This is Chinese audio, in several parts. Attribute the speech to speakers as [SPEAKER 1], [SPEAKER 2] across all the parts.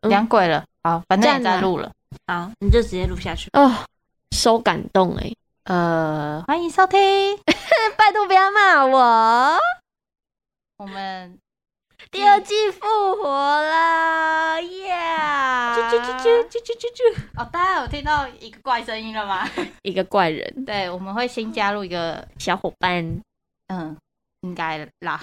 [SPEAKER 1] 嗯
[SPEAKER 2] 两鬼了。好，反正也
[SPEAKER 1] 赞
[SPEAKER 2] 在
[SPEAKER 1] 啊
[SPEAKER 2] 录了。
[SPEAKER 3] 好，你就直接录下去。
[SPEAKER 1] 哦，收感动哎、
[SPEAKER 2] 呃，欢迎 收听
[SPEAKER 1] 拜托不要骂我，
[SPEAKER 2] 我们
[SPEAKER 1] 第二季复活啦，耶、
[SPEAKER 3] 啾啾啾啾啾啾啾啾。
[SPEAKER 2] 哦，大家有听到一个怪声音了吗？
[SPEAKER 1] 一个怪人
[SPEAKER 2] 对，我们会新加入一个，
[SPEAKER 1] 小伙 伴，
[SPEAKER 2] 嗯，应该啦，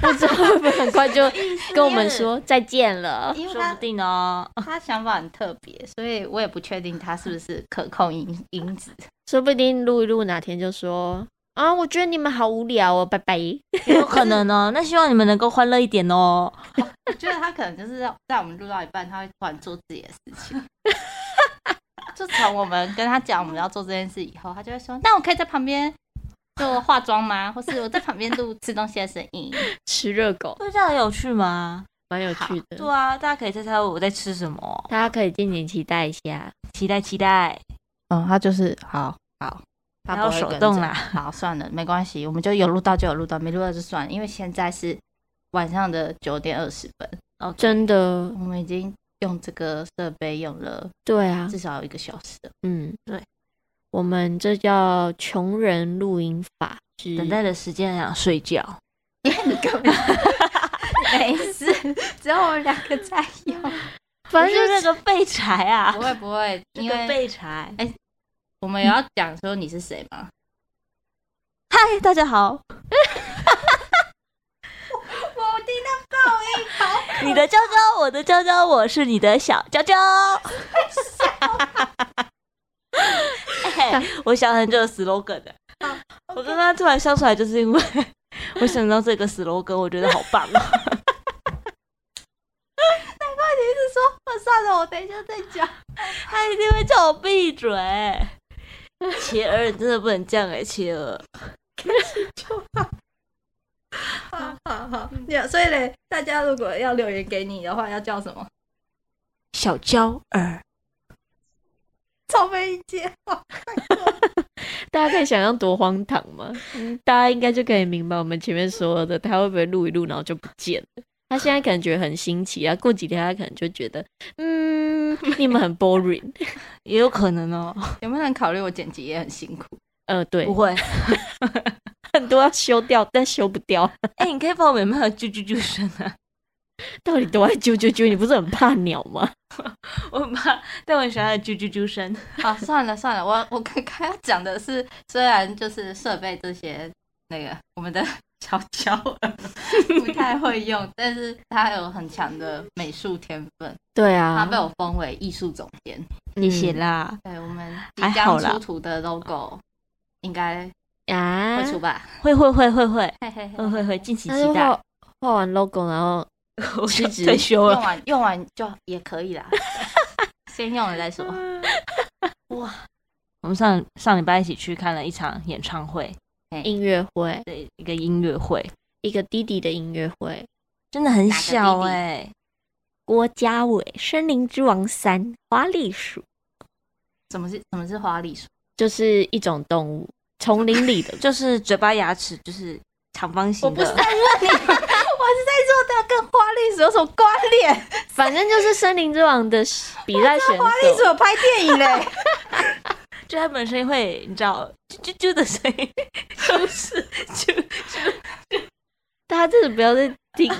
[SPEAKER 1] 不知道会不会很快就跟我们说再见了？
[SPEAKER 2] 因为
[SPEAKER 3] 说
[SPEAKER 2] 他
[SPEAKER 3] 不定 哦，
[SPEAKER 2] 他想法很特别，所以我也不确定他是不是可控因因 子。
[SPEAKER 1] 说不定录一录，哪天就说啊，我觉得你们好无聊哦，拜拜。
[SPEAKER 3] 有可能哦。那希望你们能够欢乐一点哦。
[SPEAKER 2] 我觉得他可能就是在我们录到一半，他会突然做自己的事 情。就从我们跟他讲我们要做这件事以后，他就会说：“那我可以在旁边就化妆吗？或是我在旁边录吃东西的声音
[SPEAKER 1] 吃热狗
[SPEAKER 3] 会这样有趣吗？
[SPEAKER 1] 蛮有趣
[SPEAKER 3] 对
[SPEAKER 1] 的，
[SPEAKER 3] 啊，大家可以猜猜我在吃什么，
[SPEAKER 1] 大家可以敬请期待一下。
[SPEAKER 3] 期待期待。？”
[SPEAKER 2] 嗯，他就是好好，他
[SPEAKER 3] 不会跟着
[SPEAKER 2] 好，算了，没关系，我们就有录到就有录到，没录到就算了，因为现在是晚上的九点二十分，
[SPEAKER 3] 哦，这
[SPEAKER 1] 真的
[SPEAKER 2] 我，们已经用这个设备用了
[SPEAKER 1] 对啊，
[SPEAKER 2] 至少有一个小时了。
[SPEAKER 1] 嗯，
[SPEAKER 3] 对，
[SPEAKER 1] 我们这叫穷人录音法，是
[SPEAKER 3] 等待的时间想睡觉。
[SPEAKER 2] 因为你根本 没事，只有我们两个在用。啊
[SPEAKER 1] 反
[SPEAKER 3] 我
[SPEAKER 1] 正
[SPEAKER 3] 是
[SPEAKER 1] 就
[SPEAKER 3] 那
[SPEAKER 1] 是
[SPEAKER 3] 个废柴啊
[SPEAKER 2] 不，会不会，
[SPEAKER 3] 那
[SPEAKER 2] 因
[SPEAKER 3] 个
[SPEAKER 2] 为
[SPEAKER 3] 废柴。
[SPEAKER 2] 我们也要讲说你是谁嘛。
[SPEAKER 3] 嗨，大家好，
[SPEAKER 2] 我听到噪音，好
[SPEAKER 3] 你的娇娇，我的娇娇，我是你的小娇 娇。哎我想很久的 slogan 的，我刚刚突然笑出来，就是因为 我想到这个 slogan，我觉得好棒哦。
[SPEAKER 2] 你是说我算了，我等一下再讲。
[SPEAKER 3] 他一定会叫我闭嘴。企鹅，你真的不能这样哎、企鹅。
[SPEAKER 2] 好好好，所以嘞，大家如果要留言给你的话，要叫什么？
[SPEAKER 3] 小娇儿，
[SPEAKER 2] 草莓一姐。
[SPEAKER 1] 大家可以想象多荒唐吗？嗯，大家应该就可以明白我们前面说的，他会不会录一录然后就不见了？他现在可能觉得很新奇啊，过几天他可能就觉得，嗯，你们很 boring。
[SPEAKER 3] 也有可能哦。
[SPEAKER 2] 有没有人考虑我剪辑也很辛 苦？
[SPEAKER 1] 呃，对
[SPEAKER 3] 不，会，
[SPEAKER 1] 很多要修掉，但修不掉，
[SPEAKER 3] 哎、你可以帮我们有没有啾啾啾声啊？
[SPEAKER 1] 到底多爱啾啾啾？你不是很怕鸟吗？
[SPEAKER 3] 我很怕，但我很喜欢它的啾啾啾声。
[SPEAKER 2] 好，算了算了，我我刚刚要讲的是，虽然就是设备这些那个我们的小娇儿不太会用，但是他有很强的美术天分，
[SPEAKER 1] 对
[SPEAKER 2] 他
[SPEAKER 1] 啊
[SPEAKER 2] 被，我封为艺术总监。
[SPEAKER 3] 谢
[SPEAKER 1] 嗯
[SPEAKER 3] 谢啦。
[SPEAKER 2] 对我们即
[SPEAKER 3] 还好
[SPEAKER 2] 将
[SPEAKER 3] 啦
[SPEAKER 2] 出土的 logo 应该
[SPEAKER 1] 啊
[SPEAKER 2] 会，出吧？
[SPEAKER 3] 会会会会会
[SPEAKER 2] 嘿嘿嘿，
[SPEAKER 3] 会会会，敬请
[SPEAKER 1] 他
[SPEAKER 3] 期
[SPEAKER 1] 就
[SPEAKER 3] 待。
[SPEAKER 1] 画画完 logo，然后
[SPEAKER 3] 我
[SPEAKER 1] 辞职
[SPEAKER 3] 退休
[SPEAKER 2] 用
[SPEAKER 3] 了，
[SPEAKER 2] 完用完就也可以啦， 先用了再说。
[SPEAKER 3] 我们上上礼拜一起去看了一场演唱会
[SPEAKER 1] 音乐会，
[SPEAKER 3] 的一个音乐会，
[SPEAKER 1] 一个弟弟的音乐会，
[SPEAKER 3] 真的很
[SPEAKER 2] 哪个弟弟
[SPEAKER 3] 小哎、
[SPEAKER 1] 郭家伟《森林之王三》花栗鼠，
[SPEAKER 2] 什么是什么是花栗鼠？
[SPEAKER 1] 就是一种动物，丛林里的
[SPEAKER 3] 就是嘴巴牙齿就是长方形的，
[SPEAKER 2] 问你，我是在说它跟花栗鼠有什么关联？
[SPEAKER 1] 反正就是《森林之王》的比赛选手。
[SPEAKER 2] 有拍电影嘞？
[SPEAKER 3] 就它本身会你知道啾啾啾的声音，就是啾。
[SPEAKER 1] 大家真的不要再听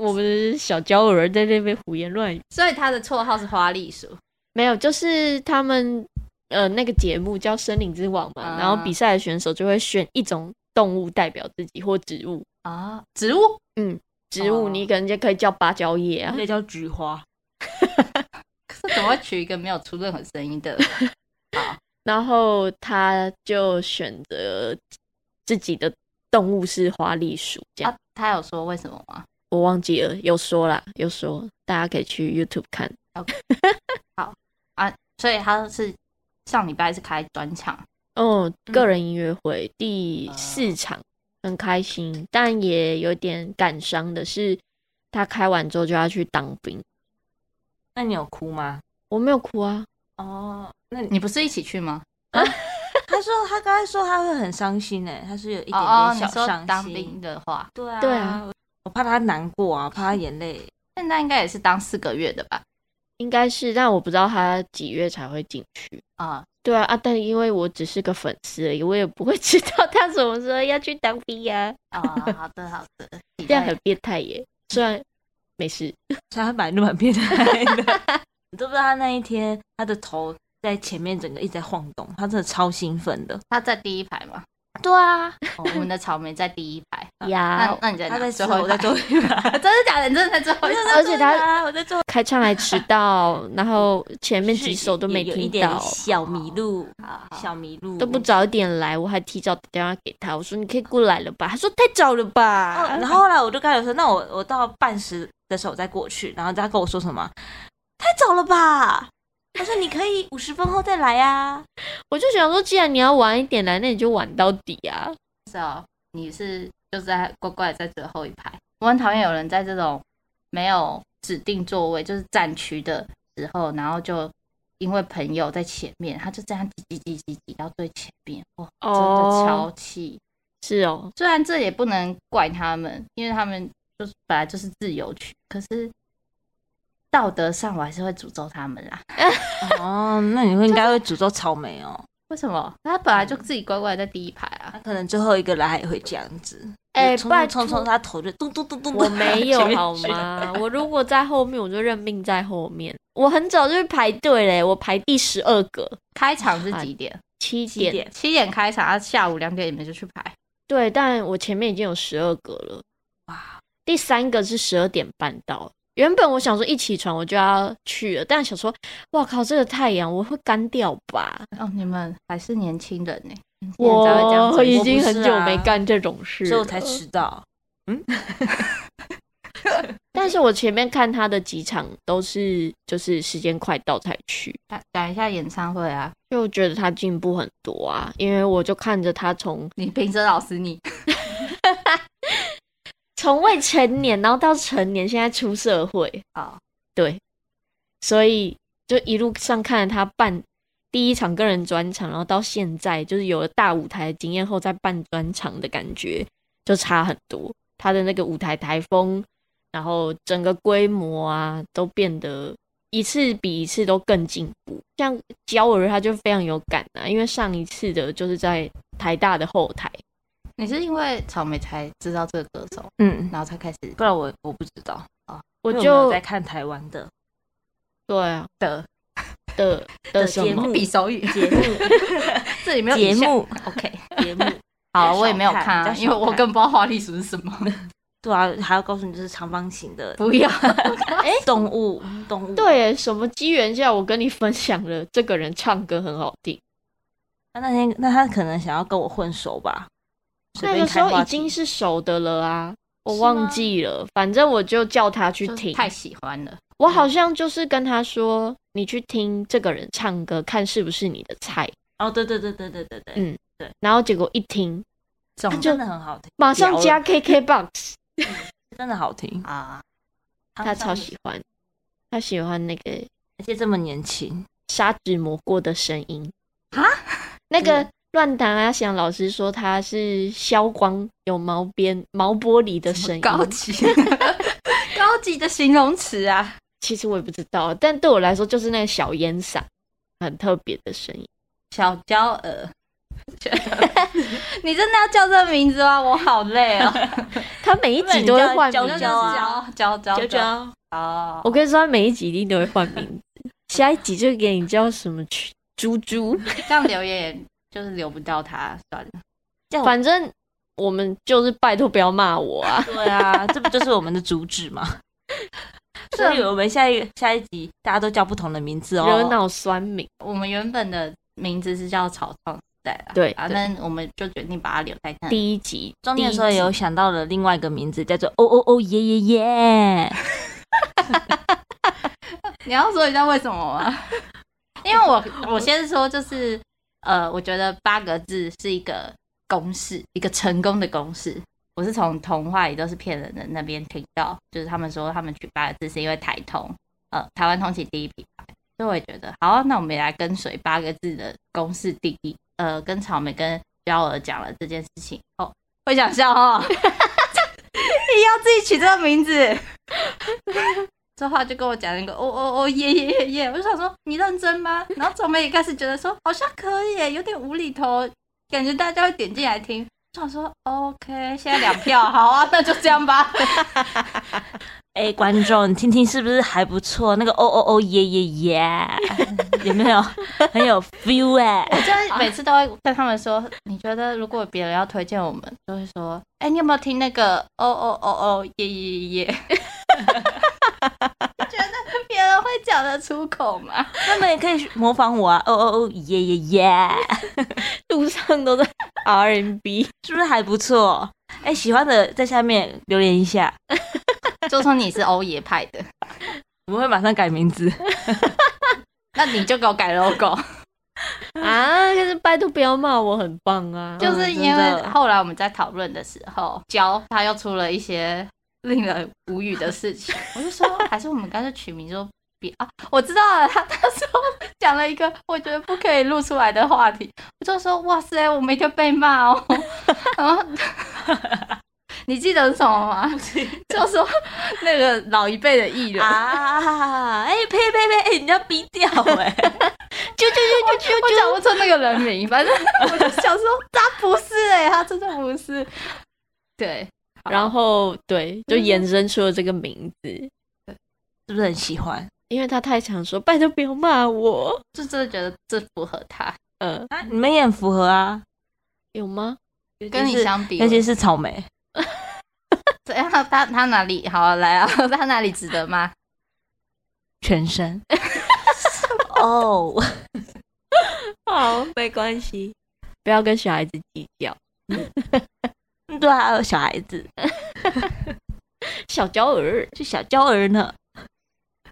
[SPEAKER 1] 我们的小娇儿在那边胡言乱语。
[SPEAKER 2] 所以它的绰号是花栗鼠。
[SPEAKER 1] 没有，就是他们呃那个节目叫《森林之王》嘛，
[SPEAKER 2] 啊
[SPEAKER 1] 然后比赛的选手就会选一种动物代表自己或植物。
[SPEAKER 2] 啊，植物
[SPEAKER 1] 植物
[SPEAKER 2] 哦
[SPEAKER 1] 你可能就可以叫芭蕉叶啊
[SPEAKER 3] 那，个叫菊花，
[SPEAKER 2] 可是怎么会取一个没有出任何声音 的？
[SPEAKER 1] 然后他就选择自己的动物是花栗鼠，这样、
[SPEAKER 2] 啊，他有说为什么吗？
[SPEAKER 1] 我忘记了，有说啦，有说，大家可以去 YouTube 看。
[SPEAKER 2] 所以他是上礼拜是开专场，
[SPEAKER 1] 哦，
[SPEAKER 3] 嗯哦
[SPEAKER 1] 个人音乐会、第四场很开心，但也有点感伤的是，他开完之后就要去当兵。
[SPEAKER 3] 那你有哭吗？
[SPEAKER 1] 我没有哭啊，
[SPEAKER 3] 哦，那你
[SPEAKER 2] 你不是一起去吗？
[SPEAKER 3] 他说他刚才说他会很伤心哎、他是有一点
[SPEAKER 2] 哦哦，
[SPEAKER 3] 点
[SPEAKER 2] 你
[SPEAKER 3] 小
[SPEAKER 2] 说
[SPEAKER 3] 伤
[SPEAKER 2] 当
[SPEAKER 3] 心
[SPEAKER 2] 兵。的话，
[SPEAKER 3] 对啊，
[SPEAKER 1] 对啊
[SPEAKER 3] 我怕他难过啊，怕他眼泪
[SPEAKER 2] 现在应该也是当四个月的吧？
[SPEAKER 1] 应该是，但我不知道他几月才会进去。
[SPEAKER 2] 啊、
[SPEAKER 1] 对啊啊，但因为我只是个粉丝而已，我也不会 知道他什么时候要去当兵呀、
[SPEAKER 2] 啊，好的好的，期
[SPEAKER 1] 这样
[SPEAKER 2] 待
[SPEAKER 1] 很变态 耶。虽然没事，
[SPEAKER 3] 他蛮蛮变态的， 你都不知道他那一天他的头在前面整个一直在晃动，他真的超兴奋的。
[SPEAKER 2] 他在第一排嘛，
[SPEAKER 3] 对啊，
[SPEAKER 2] 哦 我们的草莓在第一排。那
[SPEAKER 1] 呀，
[SPEAKER 2] 那你在
[SPEAKER 3] 他
[SPEAKER 2] 哪
[SPEAKER 3] 在
[SPEAKER 2] 最
[SPEAKER 3] 最
[SPEAKER 2] 后
[SPEAKER 3] 后
[SPEAKER 2] 一
[SPEAKER 3] 在
[SPEAKER 2] 排？，
[SPEAKER 3] 最后 一排
[SPEAKER 2] 真的假的？你真的在最后一排？
[SPEAKER 1] 而且他
[SPEAKER 3] 他我在最后
[SPEAKER 1] 开唱还迟到，然后前面
[SPEAKER 3] 是
[SPEAKER 1] 几首都
[SPEAKER 3] 也
[SPEAKER 1] 没
[SPEAKER 3] 有一
[SPEAKER 1] 听
[SPEAKER 3] 点
[SPEAKER 1] 到，
[SPEAKER 3] 小迷路，
[SPEAKER 2] 好好
[SPEAKER 3] 小迷路
[SPEAKER 1] 都不早点来，我还提早打电话给他，我说你可以过来了吧？他说太早了吧。
[SPEAKER 3] 哦，然后后来我就跟他说，那我我到半时的时候再过去，然后他跟我说什么，太早了吧？他说你可以五十分后再来啊。
[SPEAKER 1] 我就想说，既然你要晚一点来，那你就晚到底啊。
[SPEAKER 2] 是哦，你是就在乖乖地在最后一排。我很讨厌有人在这种没有指定座位，就是站区的时候，然后就因为朋友在前面，他就这样挤挤挤挤挤到最前面，哇，真
[SPEAKER 1] 哦
[SPEAKER 3] 哦
[SPEAKER 2] 的超气。
[SPEAKER 1] 是 哦，
[SPEAKER 2] 虽然这也不能怪他们，因为他们就是本来就是自由区，可是道德上我还是会诅咒他们啦。
[SPEAKER 3] 哦，那你会应该会诅咒草莓哦，
[SPEAKER 2] 为什么？他本来就自己乖乖地在第一排啊
[SPEAKER 3] 他。可能最后一个来也会这样子。
[SPEAKER 1] 哎
[SPEAKER 3] 冲
[SPEAKER 1] 拜
[SPEAKER 3] 冲冲冲，
[SPEAKER 1] 托
[SPEAKER 3] 他头就咚咚咚咚
[SPEAKER 1] 我
[SPEAKER 3] 咚。
[SPEAKER 1] 没
[SPEAKER 3] 前
[SPEAKER 1] 有
[SPEAKER 3] 面
[SPEAKER 1] 好
[SPEAKER 3] 去？
[SPEAKER 1] 吗？我如果在后面，我就认命在后面。我很早就去排队嘞，我排第十二个，
[SPEAKER 2] 开场是几点？
[SPEAKER 1] 七
[SPEAKER 3] 几
[SPEAKER 1] 点。
[SPEAKER 3] 点？
[SPEAKER 2] 七点开场，啊，下午两点你们就去排。
[SPEAKER 1] 对，但我前面已经有十二个了。
[SPEAKER 3] 哇，哦
[SPEAKER 1] 第三个是十二点半到。原本我想说一起床我就要去了，但想说，哇靠，这个太阳我会干掉吧？
[SPEAKER 2] 哦，你们还是年轻人呢、你们才会这样子
[SPEAKER 1] 我已
[SPEAKER 3] 不
[SPEAKER 1] 经很
[SPEAKER 3] 是
[SPEAKER 1] 久
[SPEAKER 3] 啊
[SPEAKER 1] 没干这种事了，
[SPEAKER 3] 所以我才迟到。
[SPEAKER 1] 但是我前面看他的几场都是就是时间快到才去，
[SPEAKER 2] 讲讲一下演唱会啊，
[SPEAKER 1] 就觉得他进步很多啊，因为我就看着他从
[SPEAKER 2] 你平时老师你，
[SPEAKER 1] 从未成年，然后到成年，现在出社会，
[SPEAKER 2] 哦，
[SPEAKER 1] 对，所以就一路上看着他办第一场个人专场，然后到现在就是有了大舞台的经验后再办专场的感觉就差很多，他的那个舞台台风，然后整个规模啊都变得一次比一次都更进步。像娇儿他就非常有感啊，因为上一次的就是在台大的后台，
[SPEAKER 2] 你是因为草莓才知道这个歌手，
[SPEAKER 3] 嗯，
[SPEAKER 2] 然后才开始
[SPEAKER 3] 不然我我不知道。
[SPEAKER 1] 我
[SPEAKER 3] 因为没有
[SPEAKER 1] 就
[SPEAKER 3] 在看台湾的
[SPEAKER 1] 对啊
[SPEAKER 2] 的
[SPEAKER 1] 的的
[SPEAKER 3] 的
[SPEAKER 1] 什
[SPEAKER 3] 节
[SPEAKER 1] 么
[SPEAKER 3] 目
[SPEAKER 2] 比手语，
[SPEAKER 3] 节目
[SPEAKER 2] 这里没有
[SPEAKER 3] 节
[SPEAKER 2] 影像
[SPEAKER 3] 目
[SPEAKER 2] ，OK，
[SPEAKER 3] 节目。
[SPEAKER 2] 好，我也没有
[SPEAKER 3] 比较少
[SPEAKER 2] 看啊，
[SPEAKER 3] 比较少
[SPEAKER 2] 因为我
[SPEAKER 3] 看
[SPEAKER 2] 更不知道花栗鼠是什么，
[SPEAKER 3] 对啊，还要告诉你这是长方形的
[SPEAKER 2] 不要，
[SPEAKER 3] 动物，动物。
[SPEAKER 1] 哎哦对耶，什么机缘下我跟你分享了这个人唱歌很好听，
[SPEAKER 3] 那那天那他可能想要跟我混熟吧？随
[SPEAKER 1] 那
[SPEAKER 3] 便
[SPEAKER 1] 个时
[SPEAKER 3] 开
[SPEAKER 1] 候
[SPEAKER 3] 话
[SPEAKER 1] 已经
[SPEAKER 3] 题
[SPEAKER 1] 是熟的了啊，我
[SPEAKER 3] 是
[SPEAKER 1] 忘
[SPEAKER 3] 吗
[SPEAKER 1] 记了，反正我就叫他去
[SPEAKER 2] 就是
[SPEAKER 1] 听。
[SPEAKER 2] 太喜欢了，
[SPEAKER 1] 我好像就是跟他说，你去听这个人唱歌，看是不是你的菜。
[SPEAKER 3] 哦，对对对对对对对，
[SPEAKER 1] 嗯然后结果一听，
[SPEAKER 2] 总
[SPEAKER 3] 它真的很好听，
[SPEAKER 1] 马上加 KKBOX，
[SPEAKER 3] 真的好听，
[SPEAKER 2] 啊，
[SPEAKER 1] 他超喜欢，他喜欢那个
[SPEAKER 3] 而且这么年轻，
[SPEAKER 1] 砂纸磨过的声音
[SPEAKER 2] 啊，
[SPEAKER 1] 那个乱弹阿翔老师说他是消光有毛边毛玻璃的声音，
[SPEAKER 2] 高级， 高级的形容词啊，
[SPEAKER 1] 其实我也不知道，但对我来说就是那个小烟嗓，很特别的声音。
[SPEAKER 2] 小娇儿。 你真的要叫这个名字吗？我好累 哦。
[SPEAKER 1] 他每一
[SPEAKER 3] 那
[SPEAKER 1] 集
[SPEAKER 3] 你
[SPEAKER 1] 都会
[SPEAKER 3] 叫
[SPEAKER 1] 换
[SPEAKER 3] 娇
[SPEAKER 1] 名字
[SPEAKER 3] 娇啊
[SPEAKER 2] 娇娇
[SPEAKER 3] 娇娇，
[SPEAKER 2] 哦，
[SPEAKER 1] 我跟你说，他每一集一定都会换名字，下一集就给你叫什么去猪猪，
[SPEAKER 2] 这样留言也就是留不到他，算了。
[SPEAKER 3] 哦
[SPEAKER 1] 反正我们就是拜托不要骂我啊！
[SPEAKER 3] 对啊，这不就是我们的主 旨吗？所以我们下一下一集大家都叫不同的名字
[SPEAKER 1] 惹
[SPEAKER 3] 哦。
[SPEAKER 1] 恼酸民，
[SPEAKER 2] 我们原本的名字是叫草创时代啊，
[SPEAKER 1] 对
[SPEAKER 2] 啊，
[SPEAKER 1] 对
[SPEAKER 2] 那我们就决定把它留在那。
[SPEAKER 1] 第一集
[SPEAKER 3] 嗯中间的时
[SPEAKER 1] 第
[SPEAKER 3] 候
[SPEAKER 1] 一集
[SPEAKER 3] 有想到了另外一个名字，叫做哦哦哦耶耶耶，
[SPEAKER 2] 你要说一下为什么吗？ 因为我我先说，就是呃，我觉得八个字是一个公式，一个成功的公式。我是从童话里都是骗人的那边听到，就是他们说他们取八个字是因为台通，呃，台湾通勤第一品牌，所以我也觉得好，啊那我们也来跟随八个字的公式定义。呃，跟 草莓跟娇儿讲了这件事情后，会想笑哦，要自己取这个名字。之后他就跟我讲那个哦哦哦耶耶耶耶，我就想说你认真 吗？然后草莓也开始觉得说好像可以耶，有点无厘头，感觉大家会点进来听。就想说哦 OK，现在两票，好啊， 那就这样吧。
[SPEAKER 3] 哎、观众，你听听是不是还不错？那个哦哦哦耶耶耶， 有没有很有 feel 哎、
[SPEAKER 2] 我就是每次都会跟他们说，你觉得如果别人要推荐我们，就会说，哎、你有没有听那个哦哦哦哦耶耶耶？ 觉得别人会讲得出口吗？
[SPEAKER 3] 他们也可以模仿我啊，哦哦哦耶耶耶，
[SPEAKER 1] 路上都在 RNB，
[SPEAKER 3] 是不是还不错？哎、喜欢的在下面留言一下，
[SPEAKER 2] 就说你是欧耶派的，
[SPEAKER 3] 我们会马上改名字。
[SPEAKER 2] 那你就给我改 logo。
[SPEAKER 1] 啊，可是拜托不要骂我，很棒啊！
[SPEAKER 2] 就
[SPEAKER 1] 就是
[SPEAKER 2] 因为后来我们在讨论的时候，娇他又出了一些令人无语的事 情，我就说还是我们干脆取名就别啊，我知道了，他他说讲了一个我觉得不可以录出来的话题，我就说哇塞，我每天被骂 哦，然后。你记得是什么吗？就说那个老一辈的艺人，
[SPEAKER 3] 啊，哎、呸呸呸，哎、你要逼掉哎、
[SPEAKER 1] 就就就就
[SPEAKER 2] 我讲不出那个人名，反正我就想说他不是哎、他真的不是。对，
[SPEAKER 1] 就，然后对，就衍生出了这个名字，
[SPEAKER 3] 是不是很喜欢？
[SPEAKER 1] 因为他太常说拜托不要骂我，
[SPEAKER 2] 就真的觉得这符合他，
[SPEAKER 1] 呃，
[SPEAKER 3] 啊，你们也很符合啊，
[SPEAKER 1] 有吗？
[SPEAKER 2] 跟你相比，
[SPEAKER 3] 尤其是草莓，
[SPEAKER 2] 怎样？哎他他哪里好、啊、来啊？ 他哪里值得吗？
[SPEAKER 3] 全 身。哦，
[SPEAKER 1] 好，没关系，不要跟小孩子计较，
[SPEAKER 3] 对啊，还有小孩子，
[SPEAKER 1] 小娇儿
[SPEAKER 3] 是小娇儿呢。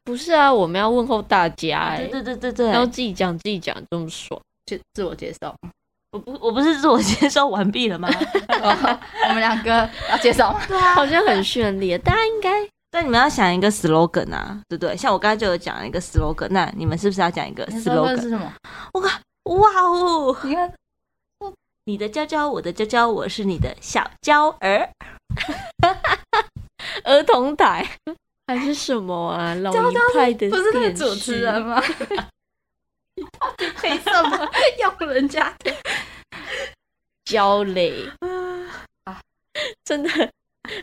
[SPEAKER 1] 不是啊，我们要问候大家、
[SPEAKER 2] 啊
[SPEAKER 1] 哎
[SPEAKER 3] 对、对对对对，
[SPEAKER 1] 然后自己讲自己讲这么爽，
[SPEAKER 2] 就自我介绍。
[SPEAKER 3] 我不我不是自我介绍完毕了吗？
[SPEAKER 2] 我们两个要介绍吗？
[SPEAKER 3] 对啊
[SPEAKER 1] 好像很绚丽，大家应该
[SPEAKER 3] 但你们要想一个 slogan 啊，对不对？像我刚才就有讲一个 slogan，那你们是不是要讲一个
[SPEAKER 2] 你说的
[SPEAKER 3] slogan？
[SPEAKER 2] 是什么？
[SPEAKER 3] 哇哦，
[SPEAKER 2] 你看，
[SPEAKER 3] 你的娇娇，我的娇娇，我是你的小娇儿，
[SPEAKER 1] 儿童台还是什么啊，老
[SPEAKER 2] 娇
[SPEAKER 1] 一
[SPEAKER 2] 娇
[SPEAKER 1] 派的
[SPEAKER 2] 不是那个
[SPEAKER 1] 电
[SPEAKER 2] 主持人
[SPEAKER 1] 视
[SPEAKER 2] 吗？凭什么 要人家的？
[SPEAKER 1] 焦累
[SPEAKER 2] 啊，
[SPEAKER 1] 真的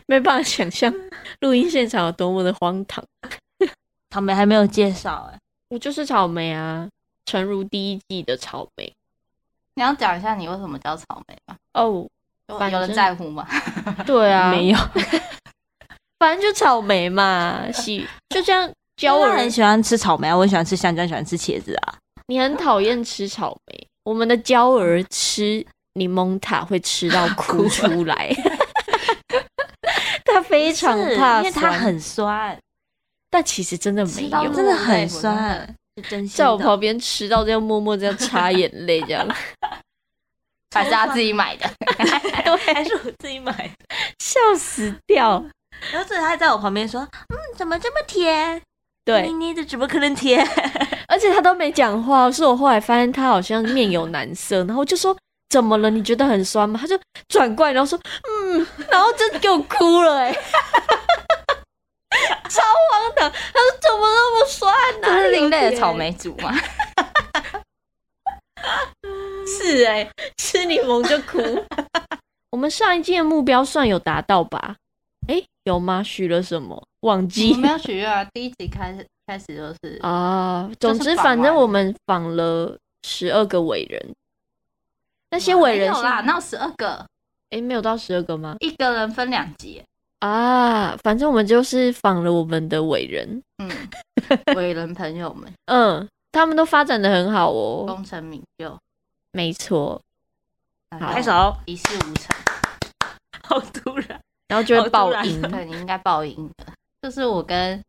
[SPEAKER 1] 没办法想象录音现场有多么的荒唐。
[SPEAKER 3] 草莓还没有介绍哎、
[SPEAKER 1] 我就是草莓啊，诚如第一季的草莓
[SPEAKER 2] 你要讲一下你为什么叫草莓吗？
[SPEAKER 1] 哦，
[SPEAKER 2] 有
[SPEAKER 1] 反
[SPEAKER 2] 有人
[SPEAKER 1] 正
[SPEAKER 2] 在乎吗？
[SPEAKER 1] 对啊，
[SPEAKER 3] 没有，
[SPEAKER 1] 反正就草莓嘛，喜就这样。教
[SPEAKER 3] 我
[SPEAKER 1] 我
[SPEAKER 3] 很喜欢吃草莓啊，我很喜欢吃香蕉，喜欢吃茄子啊。
[SPEAKER 1] 你很讨厌吃草莓，我们的娇儿吃柠檬塔会吃到哭出 来，他非常怕
[SPEAKER 3] 因为它
[SPEAKER 1] 酸
[SPEAKER 3] 很酸，
[SPEAKER 1] 但其实真的没
[SPEAKER 2] 到
[SPEAKER 1] 有
[SPEAKER 2] 落。
[SPEAKER 3] 真的很
[SPEAKER 2] 泪我
[SPEAKER 3] 酸，是真心
[SPEAKER 1] 在我
[SPEAKER 3] 的。
[SPEAKER 1] 旁边吃到这样，默默这样擦眼泪，这 样
[SPEAKER 2] 还是他自己 买的？
[SPEAKER 3] 还是我自己买的。
[SPEAKER 1] 笑死掉。
[SPEAKER 3] 然后所以他在我旁边说：“嗯，怎么这么甜？
[SPEAKER 1] 对
[SPEAKER 3] 妮，妮的怎么可能甜
[SPEAKER 1] 嗯 而且他都没讲话，是我后来发现他好像面有难色，然后就说怎么了？你觉得很酸吗？他就转过来，然后说嗯，然后就给我哭了、
[SPEAKER 3] 欸
[SPEAKER 1] 哎，超荒唐！他说怎么那 么酸呢、
[SPEAKER 2] 这
[SPEAKER 1] 啊？
[SPEAKER 2] 是另类的草 莓族吗？
[SPEAKER 1] 是哎、吃柠檬就哭。 我们上一季的目标算有达到吧？哎、有吗？许了什么？忘记
[SPEAKER 2] 我没有许愿啊，第一集开始开始就是
[SPEAKER 1] 啊，
[SPEAKER 2] 就
[SPEAKER 1] 总
[SPEAKER 2] 是
[SPEAKER 1] 之，
[SPEAKER 2] 仿
[SPEAKER 1] 反
[SPEAKER 2] 完
[SPEAKER 1] 正我们仿了十二个伟人，那些伟人
[SPEAKER 2] 没有
[SPEAKER 1] 是
[SPEAKER 2] 啦，那十二个，
[SPEAKER 1] 诶，没有到十二个吗？
[SPEAKER 2] 一个人分两集，
[SPEAKER 1] 啊，反正我们就是仿了我们的伟人，
[SPEAKER 2] 嗯， 伟人朋友们
[SPEAKER 1] 嗯，他们都发展的很好哦，
[SPEAKER 2] 功成名就，
[SPEAKER 1] 没错，好
[SPEAKER 3] 拍手，好
[SPEAKER 2] 一事无成。
[SPEAKER 3] 突然。
[SPEAKER 1] 然后就
[SPEAKER 3] 好
[SPEAKER 1] 会
[SPEAKER 3] 突
[SPEAKER 1] 爆
[SPEAKER 3] 然
[SPEAKER 1] 音，
[SPEAKER 2] 对，你应该报应的。就是我跟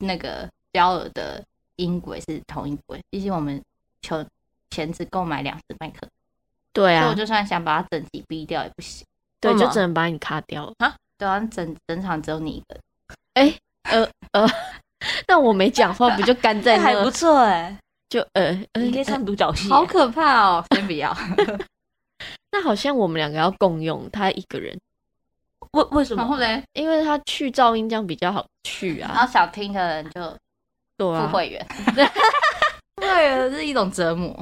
[SPEAKER 2] 那个娇儿的音轨是同一轨，毕竟我们求钱只购买两只麦克，
[SPEAKER 1] 对
[SPEAKER 2] 所以
[SPEAKER 1] 啊
[SPEAKER 2] 我，就算想把它整集逼掉也不行。
[SPEAKER 1] 对，
[SPEAKER 3] 干
[SPEAKER 1] 就
[SPEAKER 3] 嘛
[SPEAKER 1] 只能把你卡掉。
[SPEAKER 2] 对啊，整整场只有你一个人，
[SPEAKER 1] 那我没讲话，不就干在
[SPEAKER 3] 这还
[SPEAKER 1] 那
[SPEAKER 3] 不？错哎，
[SPEAKER 1] 就呃，呃
[SPEAKER 3] 你可以唱独角戏欸。
[SPEAKER 2] 好可怕 哦！先不要，
[SPEAKER 1] 那好像我们两个要共用，他一个人，
[SPEAKER 3] 为为什
[SPEAKER 2] 然
[SPEAKER 3] 么？
[SPEAKER 2] 后嘞，
[SPEAKER 1] 因为它去噪音这样比较好去
[SPEAKER 2] 然
[SPEAKER 1] 啊，
[SPEAKER 2] 后想听的人就 付
[SPEAKER 1] 对啊，
[SPEAKER 2] 会员， 付会员是一种折磨。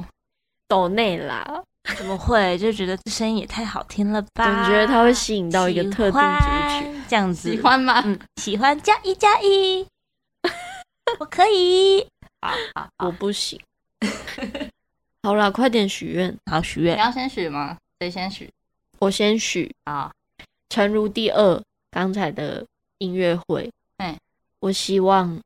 [SPEAKER 1] 抖内啦，
[SPEAKER 3] 怎么会？就觉得这声音也太好听了吧？
[SPEAKER 1] 总觉得它会吸引到一个特定族群。
[SPEAKER 3] 群，这样子
[SPEAKER 2] 喜欢吗？
[SPEAKER 3] 嗯，喜欢加一加一，我可以。
[SPEAKER 2] 哦
[SPEAKER 1] 我 不行。好啦，快点许愿，
[SPEAKER 3] 好，许
[SPEAKER 2] 你
[SPEAKER 3] 愿，
[SPEAKER 2] 要先许吗？谁先许
[SPEAKER 1] 我先许
[SPEAKER 2] 啊？
[SPEAKER 1] 诚如第二刚才的音乐会，
[SPEAKER 2] 哎
[SPEAKER 1] 我希望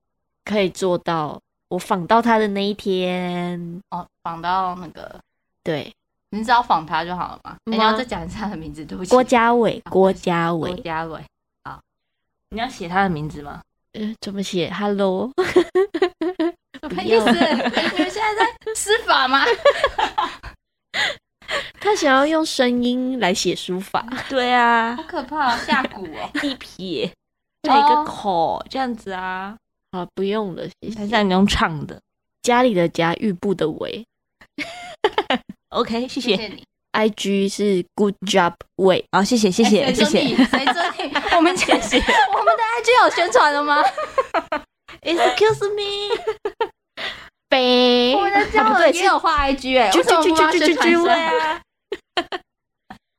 [SPEAKER 1] 可以做到我访到他的那一天，
[SPEAKER 2] 哦，仿到那个，
[SPEAKER 1] 对，
[SPEAKER 2] 你只要仿他就好了嘛。
[SPEAKER 1] 嗯
[SPEAKER 2] 诶你
[SPEAKER 1] 啊
[SPEAKER 2] 要再讲一下他的名字，对不起，
[SPEAKER 1] 郭家伟，郭家
[SPEAKER 2] 郭
[SPEAKER 1] 伟，
[SPEAKER 2] 家伟。
[SPEAKER 3] 你要写他的名字吗？
[SPEAKER 1] 呃，怎么写？Hello，
[SPEAKER 2] 什
[SPEAKER 1] 不
[SPEAKER 2] 么意
[SPEAKER 1] 要
[SPEAKER 2] 思？诶你们现在在施法吗？
[SPEAKER 1] 他想要用声音来写书法，
[SPEAKER 3] 对啊
[SPEAKER 2] 好，可怕、哦，下蛊哦！
[SPEAKER 3] 一撇
[SPEAKER 2] 啊
[SPEAKER 3] 再一个口，这样子啊。
[SPEAKER 1] 好，不用了，谢
[SPEAKER 3] 还
[SPEAKER 1] 谢。
[SPEAKER 3] 是你用唱的
[SPEAKER 1] 家里的家，玉部的伟
[SPEAKER 3] ？OK，谢
[SPEAKER 2] 谢
[SPEAKER 3] 谢。
[SPEAKER 2] 谢你，
[SPEAKER 1] ，IG 是 Good Job 伟，
[SPEAKER 3] 好，谢谢，谢
[SPEAKER 2] 诶谁
[SPEAKER 3] 谢，谢
[SPEAKER 2] 准
[SPEAKER 3] 谢
[SPEAKER 2] 哎你。谁准你？ 我们谢 谢，我们的 IG 有宣传了吗？
[SPEAKER 3] Excuse me，
[SPEAKER 1] 呗
[SPEAKER 2] 我，们的交友也有画 IG 哎，
[SPEAKER 1] 哦啾
[SPEAKER 2] 为什么不帮他宣传一
[SPEAKER 1] 啾啾啾啾啾
[SPEAKER 2] 下？
[SPEAKER 3] 啊，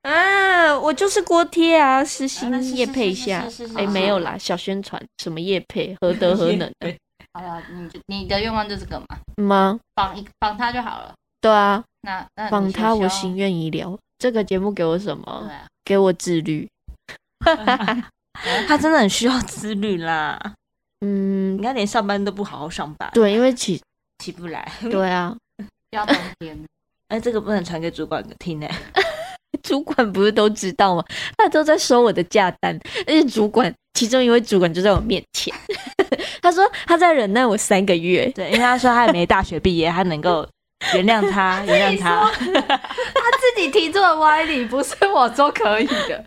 [SPEAKER 1] 啊，我就是锅贴啊，私
[SPEAKER 3] 啊那是
[SPEAKER 1] 心夜配一下
[SPEAKER 3] 是是是是，
[SPEAKER 1] 哎，
[SPEAKER 3] 是
[SPEAKER 1] 没有啦，小宣传，什么夜配，何德何能的
[SPEAKER 2] 好了，你就你的愿望就是这个嘛，
[SPEAKER 1] 吗？
[SPEAKER 2] 仿一仿他就好了。
[SPEAKER 1] 对啊，
[SPEAKER 2] 那那你
[SPEAKER 1] 访
[SPEAKER 2] 需要
[SPEAKER 1] 他我哦心愿已了。这个节目给我什
[SPEAKER 2] 对
[SPEAKER 1] 么？
[SPEAKER 2] 啊，
[SPEAKER 1] 给我自律。
[SPEAKER 3] 他真的很需要自律啦。
[SPEAKER 1] 嗯
[SPEAKER 3] 你，看，连上班都不好好上班，
[SPEAKER 1] 对，因为 起
[SPEAKER 3] 起不来。
[SPEAKER 1] 对啊，
[SPEAKER 2] 要冬天。
[SPEAKER 3] 哎，这个不能传给主管听哎。
[SPEAKER 1] 主管不是都知道吗？他都在收我的价单，而且主管其中一位主管就在我面前， 他说他在忍耐我三个月，
[SPEAKER 3] 对，因为他说他也没大学毕业，他能够原谅他， 原谅他。
[SPEAKER 2] 他自己提出的歪理，不是我说可以的。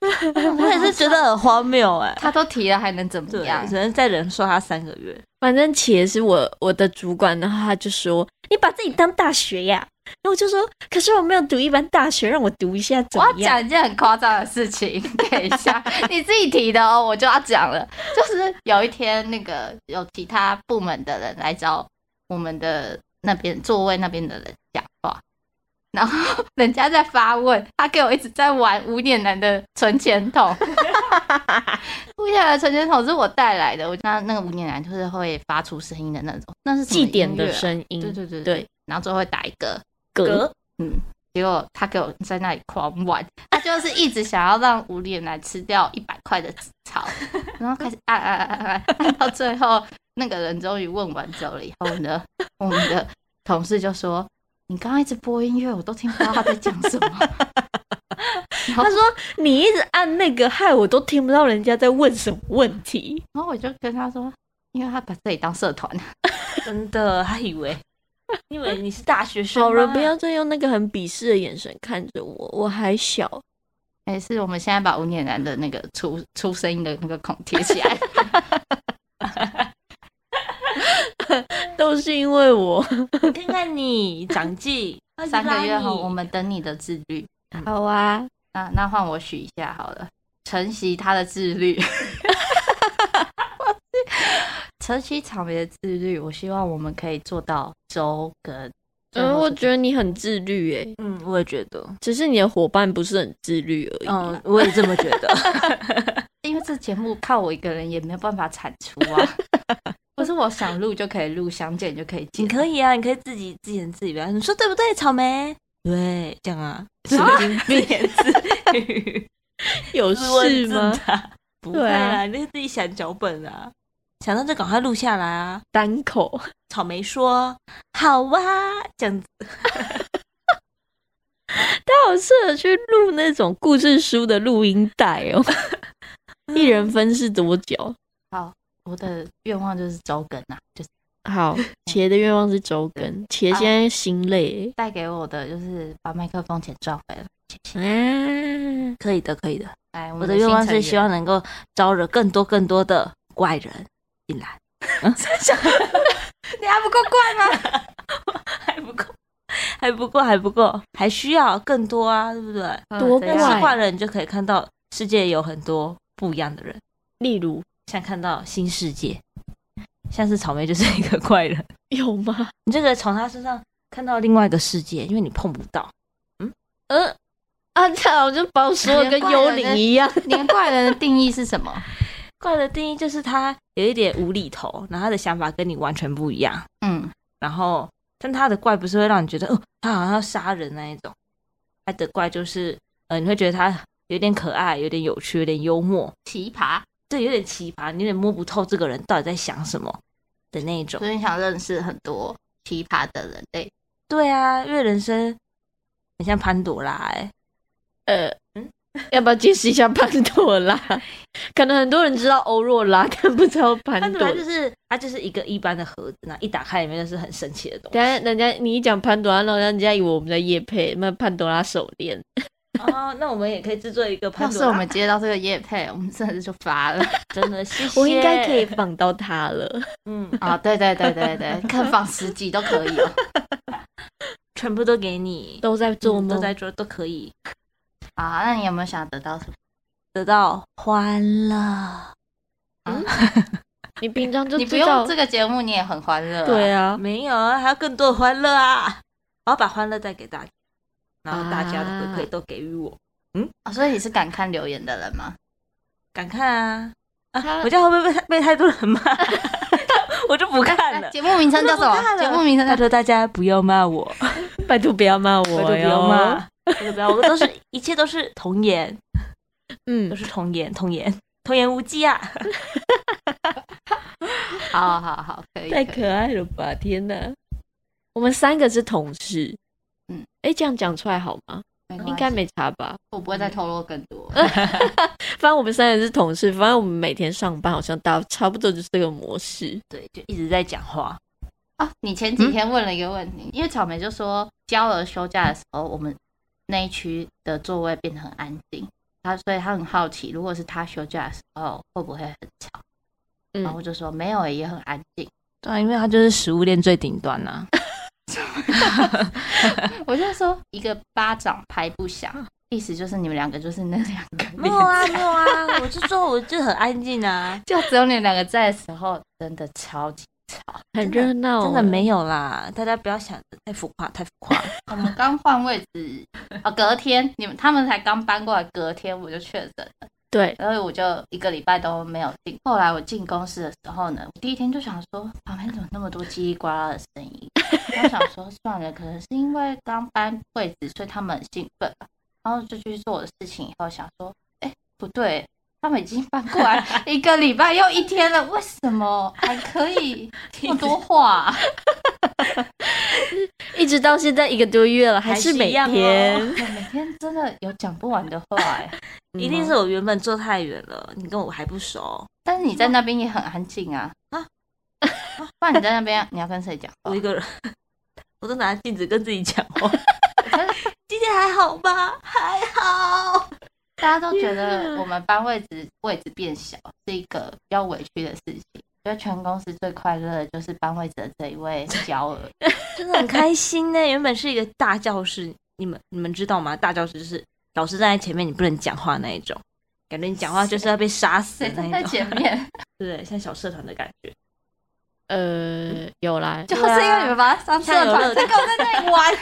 [SPEAKER 3] 我也是觉得很荒谬 哎。
[SPEAKER 2] 他都提了，还能怎么
[SPEAKER 3] 对
[SPEAKER 2] 样，
[SPEAKER 3] 只？能再忍受他三个月。
[SPEAKER 1] 反正且是我我的主管，然后他就说你把自己当大学呀，然后我就说可是我没有读一般大学，让我读一下怎
[SPEAKER 2] 我要
[SPEAKER 1] 么样？
[SPEAKER 2] 讲一件很夸张的事情，等一 下，你自己提的哦，我就要讲了。就是有一天，那个有其他部门的人来找我们的那边座位那边的人讲话，然后人家在发问，他给我一直在玩无脸男的存钱 筒。无脸男的存钱筒是我带来的，我那那个无脸男就是会发出声音的那种，那是什么
[SPEAKER 1] 祭典
[SPEAKER 2] 音乐
[SPEAKER 1] 的
[SPEAKER 2] 啊
[SPEAKER 1] 声音，
[SPEAKER 2] 对对对
[SPEAKER 1] 对，
[SPEAKER 2] 然后最后会打一个
[SPEAKER 1] 格
[SPEAKER 2] 结果他给我在那里狂玩，他就是一直想要让无脸男吃掉一百块的纸钞，然后开始按按按按按，按到最后那个人终于问完走了以后呢，我们的同事就说：“你刚刚一直播音乐，我都听不到他在讲什么。
[SPEAKER 1] 他说你一直按那个，害我都听不到人家在问什么问题。”
[SPEAKER 2] 然后我就跟他说：“因为他把自己当社团，
[SPEAKER 3] 真的，他以为，因为你是大学生吗，
[SPEAKER 1] 好人不要再用那个很鄙视的眼神看着我，我还小。
[SPEAKER 2] 哎，是我们现在把无脸男的那个出出声音的那个孔贴起来。”
[SPEAKER 1] 都是因为我。
[SPEAKER 3] 你看看你长进
[SPEAKER 2] 三个月后，我们等你的自律。嗯
[SPEAKER 1] 好啊，
[SPEAKER 2] 那那换我许一下好了，承袭他的自 律，承袭草莓的自律。我希望我们可以做到周更。
[SPEAKER 1] 嗯，
[SPEAKER 3] 呃
[SPEAKER 1] 我觉得你很自律诶、
[SPEAKER 3] 嗯，我也觉得，
[SPEAKER 1] 只是你的伙伴不是很自律而已。
[SPEAKER 3] 嗯，我也这么觉 得。
[SPEAKER 2] 因为这节目靠我一个人也没有办法产出啊， 不是我想录就可以录，想剪就可以剪。
[SPEAKER 3] 你可以啊，你可以自己自言自语啊，你说对不对，草莓？对，这样啊，
[SPEAKER 1] 神经 病，
[SPEAKER 3] 自 语
[SPEAKER 1] 有事吗？？
[SPEAKER 3] 不会啊，你自己想脚本啊，想到就赶快录下来啊。
[SPEAKER 1] 单口，
[SPEAKER 3] 草莓说好啊，这样子
[SPEAKER 1] 他好适合去录那种故事书的录音带 哦。一人分饰多角。
[SPEAKER 2] 我的愿望就是周更啊，就是
[SPEAKER 1] 好，茄的愿望是周更，茄现在心累、
[SPEAKER 2] 带给我的就是把麦克风钱赚回来。
[SPEAKER 1] 欸。啊，
[SPEAKER 3] 可以的，可以的。
[SPEAKER 2] 哎，我
[SPEAKER 3] 我
[SPEAKER 2] 们
[SPEAKER 3] 的愿望
[SPEAKER 2] 新成
[SPEAKER 3] 是
[SPEAKER 2] 员
[SPEAKER 3] 希望能够招惹更多更多的怪人进来。
[SPEAKER 2] 你还不够怪吗？
[SPEAKER 3] 还不够， 还不够，还不够，还需要更多啊，对不对？
[SPEAKER 2] 嗯
[SPEAKER 1] 多
[SPEAKER 2] 怎
[SPEAKER 3] 但
[SPEAKER 2] 样
[SPEAKER 3] 是
[SPEAKER 1] 怪
[SPEAKER 3] 坏人你就可以看到世界有很多不一样的人，
[SPEAKER 1] 例如
[SPEAKER 3] 像看到新世界，像是草莓就是一个怪人，
[SPEAKER 1] 有吗？
[SPEAKER 3] 你这个从他身上看到另外一个世界，因为你碰不到。嗯呃，
[SPEAKER 1] 啊，这样我就把我说的跟幽灵一样。
[SPEAKER 2] 连怪人的定义是什么？
[SPEAKER 3] 怪的定义就是他有一点无厘头，然后他的想法跟你完全不一样。
[SPEAKER 2] 嗯，
[SPEAKER 3] 然后，但他的怪不是会让你觉得哦，他好像要杀人那一种，他的怪就是呃，你会觉得他有点可爱，有点有趣，有点幽默，
[SPEAKER 2] 奇葩，
[SPEAKER 3] 对，有点奇葩，你有点摸不透这个人到底在想什么的那一种。
[SPEAKER 2] 所以你想认识很多奇葩的人哎类。
[SPEAKER 3] 对啊，因为人生很像潘朵拉、欸，
[SPEAKER 1] 呃，要不要解释一下潘朵拉？可能很多人知道欧若拉，但不知道潘
[SPEAKER 3] 潘
[SPEAKER 1] 朵
[SPEAKER 3] 朵
[SPEAKER 1] 拉
[SPEAKER 3] 拉。就是它就是一个一般的盒子，那一打开里面就是很神奇的东西。
[SPEAKER 1] 等一下，人家你一讲潘朵拉，让人家以为我们在夜配，那潘朵拉手链。
[SPEAKER 3] 哦，那我们也可以制作一个潘
[SPEAKER 2] 要是
[SPEAKER 3] 朵
[SPEAKER 2] 我
[SPEAKER 3] 拉
[SPEAKER 2] 们，接到这个叶配，我们真的是就发了
[SPEAKER 3] 真的谢谢。
[SPEAKER 1] 我应该可以，绑到它了。
[SPEAKER 3] 嗯，
[SPEAKER 2] 啊！对对对对 对，看放十集都可以哦。
[SPEAKER 3] 全部都给你，
[SPEAKER 1] 都在做
[SPEAKER 3] 嗯
[SPEAKER 1] 梦，
[SPEAKER 3] 都在做，都可以
[SPEAKER 2] 啊，那你有没有想得到什么？
[SPEAKER 3] 得到欢乐。
[SPEAKER 1] 你平常就
[SPEAKER 2] 你不
[SPEAKER 1] 知
[SPEAKER 2] 用
[SPEAKER 1] 道
[SPEAKER 2] 这。个节目，你也很欢乐、
[SPEAKER 1] 对
[SPEAKER 2] 啊，
[SPEAKER 1] 啊，
[SPEAKER 3] 没有啊，还有更多的欢乐啊！我要把欢乐带给大家，然后大家的回馈都给予我。
[SPEAKER 2] 哦所以你是敢看留言的人吗？
[SPEAKER 3] 敢看啊！
[SPEAKER 1] 他
[SPEAKER 3] 啊，我这样会不会被被太多人骂？ 我就不看
[SPEAKER 2] 哎
[SPEAKER 3] 了。
[SPEAKER 2] 节目名称叫什
[SPEAKER 3] 我都不看
[SPEAKER 2] 么？
[SPEAKER 3] 了
[SPEAKER 2] 节目名称
[SPEAKER 3] 拜
[SPEAKER 2] 叫
[SPEAKER 3] 托大家不要骂我，
[SPEAKER 1] 拜托不要骂
[SPEAKER 3] 拜
[SPEAKER 1] 我
[SPEAKER 3] 托不要
[SPEAKER 1] 哟。嗯
[SPEAKER 3] 骂，拜托不要，我都是一切都是童言，都
[SPEAKER 1] 嗯，
[SPEAKER 3] 是童言，童言，童言无忌啊！
[SPEAKER 2] 好好好，可以。
[SPEAKER 1] 太
[SPEAKER 2] 可以
[SPEAKER 1] 可爱了吧！天哪，我们三个是同事。嗯
[SPEAKER 2] 嗯，
[SPEAKER 1] 哎，这样讲出来好吗？
[SPEAKER 2] 没
[SPEAKER 1] 应
[SPEAKER 2] 关
[SPEAKER 1] 该
[SPEAKER 2] 系
[SPEAKER 1] 没差吧？
[SPEAKER 2] 我不会再透露更多。
[SPEAKER 1] 反正我们三个是同事，反正我们每天上班好像大差不多就是这个模式。
[SPEAKER 3] 对，就一直在讲话。
[SPEAKER 2] 哦，你前几天问了一个问题，因为草莓就说娇儿休假的时候，我们那一区的座位变得很安静，他所以他很好奇，如果是他休假的时候会不会很吵？
[SPEAKER 1] 嗯
[SPEAKER 2] 然后我就说没有、欸，也很安静。
[SPEAKER 3] 对啊，因为他就是食物链最顶端啊呐、
[SPEAKER 2] 我就说一个巴掌拍不响，意思就是你们两个就是那两个
[SPEAKER 3] 没有啊，没有啊，我就说我就很安静啊，
[SPEAKER 2] 就只有你们两个在的时候，真的超级。
[SPEAKER 1] 很热闹，欸
[SPEAKER 3] 真的。没有啦，大家不要想得太浮夸，太浮 夸。
[SPEAKER 2] 我们刚换位置，哦，隔天你们他们才刚搬过来，隔天我就确诊了，
[SPEAKER 1] 对，
[SPEAKER 2] 然后我就一个礼拜都没有进。后来我进公司的时候呢，我第一天就想说，旁边怎么那么多叽里呱啦的声音？然后想说算了，可能是因为刚搬位置，所以他们很兴奋吧。然后就去做我的事情以后，想说，哎，不对，他们已经搬过来一个礼拜又一天了，为什么还可以那么多话 啊、
[SPEAKER 1] 一直到现在一个多月了，还是每
[SPEAKER 3] 还是一样哦
[SPEAKER 1] 天，
[SPEAKER 2] 我每天真的有讲不完的话哎、
[SPEAKER 3] 一定是我原本坐太远了，你跟我还不熟，
[SPEAKER 2] 但是你在那边也很安静啊。
[SPEAKER 3] 啊
[SPEAKER 2] 啊， 不然你在那边你要跟谁讲话
[SPEAKER 3] 我一？个人， 我都拿镜子跟自己讲 话。今天还好吧？还好。
[SPEAKER 2] 大家都觉得我们班位置位置变小是一个比较委屈的事情。觉得全公司最快乐的就是班位置的这一位娇儿，
[SPEAKER 3] 真的很开心呢、原本是一个大教室，你们你们知道吗？大教室就是老师站在前面，你不能讲话那一种，感觉你讲话就是要被杀死
[SPEAKER 2] 谁
[SPEAKER 3] 的
[SPEAKER 2] 站在
[SPEAKER 3] 那一种，
[SPEAKER 2] 前面？
[SPEAKER 3] 对，像小社团的感觉。
[SPEAKER 1] 呃，有 啦，
[SPEAKER 2] 就是因为你们把他上社团，才跟我在那里玩，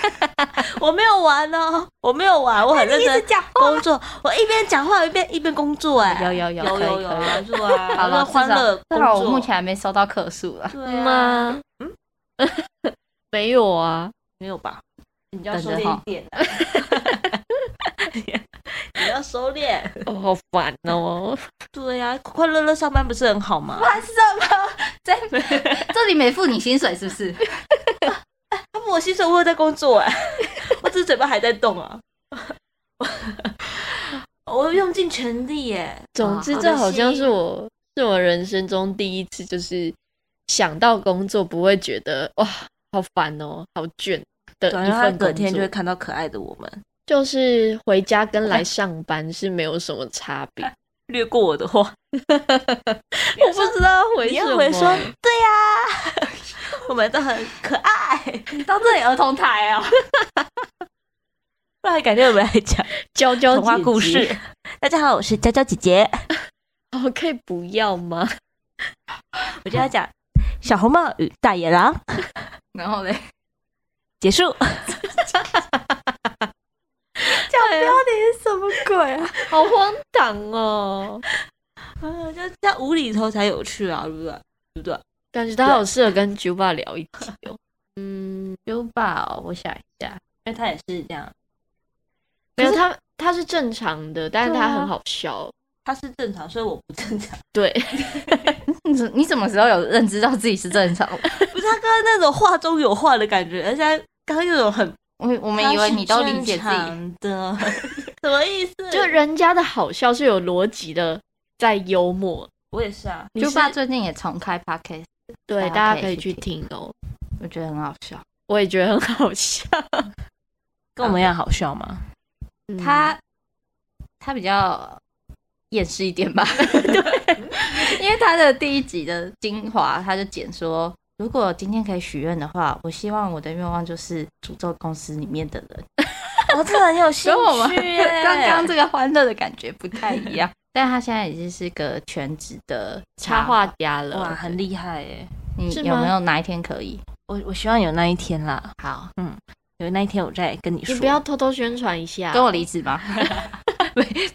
[SPEAKER 3] 我没有玩哦，我没有玩，我很 认
[SPEAKER 2] 一直
[SPEAKER 3] 真
[SPEAKER 2] 讲话。
[SPEAKER 3] 工作，我一边讲话一边一边工作、哎，
[SPEAKER 1] 有有有
[SPEAKER 3] 有
[SPEAKER 1] 可以
[SPEAKER 3] 有有
[SPEAKER 1] 可以
[SPEAKER 3] 啊，是吧？
[SPEAKER 2] 好了，至少
[SPEAKER 3] 欢乐
[SPEAKER 2] 至
[SPEAKER 3] 工
[SPEAKER 2] 少
[SPEAKER 3] 作。
[SPEAKER 2] 我目前还没收到客诉了。
[SPEAKER 3] 对啊，
[SPEAKER 1] 吗？嗯 没有 啊，
[SPEAKER 3] 没有吧？你就
[SPEAKER 2] 要
[SPEAKER 3] 要
[SPEAKER 2] 收
[SPEAKER 3] 收
[SPEAKER 2] 敛
[SPEAKER 3] 敛一点、啊，你要收敛。
[SPEAKER 1] 哦，好烦哦。
[SPEAKER 3] 对呀、啊，快快乐乐上班不是很好吗？
[SPEAKER 2] 在 这里没付你薪水是不是？
[SPEAKER 3] 他们我薪水我有在工作哎、我只是嘴巴还在动啊。我用尽全力哎耶、
[SPEAKER 1] 总之，
[SPEAKER 3] 啊好
[SPEAKER 1] 这
[SPEAKER 3] 的
[SPEAKER 1] 好像
[SPEAKER 3] 心
[SPEAKER 1] 是我是我人生中第一次，就是想到工作不会觉得哇好烦哦，好倦的
[SPEAKER 3] 对啊，
[SPEAKER 1] 一
[SPEAKER 3] 然后他
[SPEAKER 1] 份
[SPEAKER 3] 隔
[SPEAKER 1] 工
[SPEAKER 3] 天就
[SPEAKER 1] 作
[SPEAKER 3] 会。看到可爱的我们。
[SPEAKER 1] 就是回家跟来上班是没有什么差别。
[SPEAKER 3] 略过我的话，
[SPEAKER 1] 我不知道回
[SPEAKER 3] 你
[SPEAKER 1] 什
[SPEAKER 3] 要
[SPEAKER 1] 么，欸
[SPEAKER 3] 回说对呀、 我们都很可爱，
[SPEAKER 2] 你到这里儿童台哦。
[SPEAKER 3] 不然改天我们来讲
[SPEAKER 1] 娇娇
[SPEAKER 3] 童话故
[SPEAKER 1] 姐姐
[SPEAKER 3] 事。大家好，我是娇娇姐姐。
[SPEAKER 1] 哦，可以不要吗？
[SPEAKER 3] 我就要讲小红帽与大野狼
[SPEAKER 2] 然后嘞，
[SPEAKER 3] 结束。
[SPEAKER 1] 这样不要，
[SPEAKER 3] 是什么鬼啊？
[SPEAKER 1] 好荒唐哦！
[SPEAKER 3] 啊，就这样无厘头才有趣啊，对不对？对不对？
[SPEAKER 1] 感觉他好适合跟 Juba 聊一集哦。嗯，
[SPEAKER 2] 丢吧、哦，我想一下，
[SPEAKER 3] 因为他也是这样，
[SPEAKER 1] 没有他，他是正常的，但是
[SPEAKER 3] 对啊
[SPEAKER 1] 他很好笑。
[SPEAKER 3] 他是正常，所以我不正常。
[SPEAKER 1] 对，
[SPEAKER 2] 你怎你什么时候有认知到自己是正常的？
[SPEAKER 3] 不是他刚刚那种话中有话的感觉，而且他刚刚又有很，
[SPEAKER 2] 我我们以为你都理解自己，
[SPEAKER 3] 的， 什么意思？
[SPEAKER 1] 就人家的好笑是有逻辑的，在幽默。
[SPEAKER 3] 我也是啊，
[SPEAKER 1] 你
[SPEAKER 2] 就是爸最近也重开 podcast，大
[SPEAKER 1] 对，
[SPEAKER 2] 家
[SPEAKER 1] 大
[SPEAKER 2] 可以
[SPEAKER 1] 家可以去
[SPEAKER 2] 去
[SPEAKER 1] 听哦。
[SPEAKER 2] 我觉得很好笑。
[SPEAKER 1] 我也觉得很好笑。
[SPEAKER 3] 跟我们一样好笑吗？
[SPEAKER 2] 他他比较厌世一点吧， 对，因为他的第一集的精华，他就剪说，如果今天可以许愿的话，我希望我的愿望就是诅咒公司里面的人，
[SPEAKER 3] 我真的很有兴
[SPEAKER 2] 跟我们
[SPEAKER 3] 趣耶。
[SPEAKER 2] 刚刚这个欢乐的感觉不太一样。 但他现在已经是个全职的
[SPEAKER 1] 插画，家了，
[SPEAKER 3] 哇，很厉害耶！
[SPEAKER 2] 你
[SPEAKER 1] 是
[SPEAKER 2] 有
[SPEAKER 1] 吗
[SPEAKER 2] 没有哪一天可以？
[SPEAKER 3] 我我希望有那一天啦，
[SPEAKER 2] 好，
[SPEAKER 3] 有那一天我再跟你说。
[SPEAKER 1] 你不要偷偷宣传一下。
[SPEAKER 2] 跟我离职吗？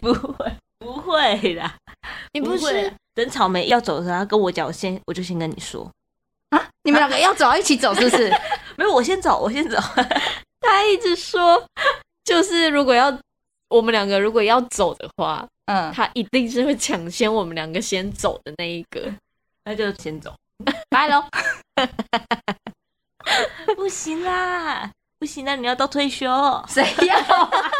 [SPEAKER 3] 不会，不会啦，
[SPEAKER 1] 你不
[SPEAKER 3] 会
[SPEAKER 1] 是
[SPEAKER 3] 啦等草莓要走的时候，他跟我讲，我先我就先跟你说，
[SPEAKER 2] 啊，你们两个要走一起走是不 是？
[SPEAKER 3] 没有，我先走，我先走。
[SPEAKER 1] 他一直说，就是如果要我们两个如果要走的话，
[SPEAKER 2] 嗯，
[SPEAKER 1] 他一定是会抢先我们两个先走的那一个。
[SPEAKER 3] 那就先走，
[SPEAKER 2] 拜喽。
[SPEAKER 3] 不行啦，不行啦，你要到退休。
[SPEAKER 2] 谁要啊？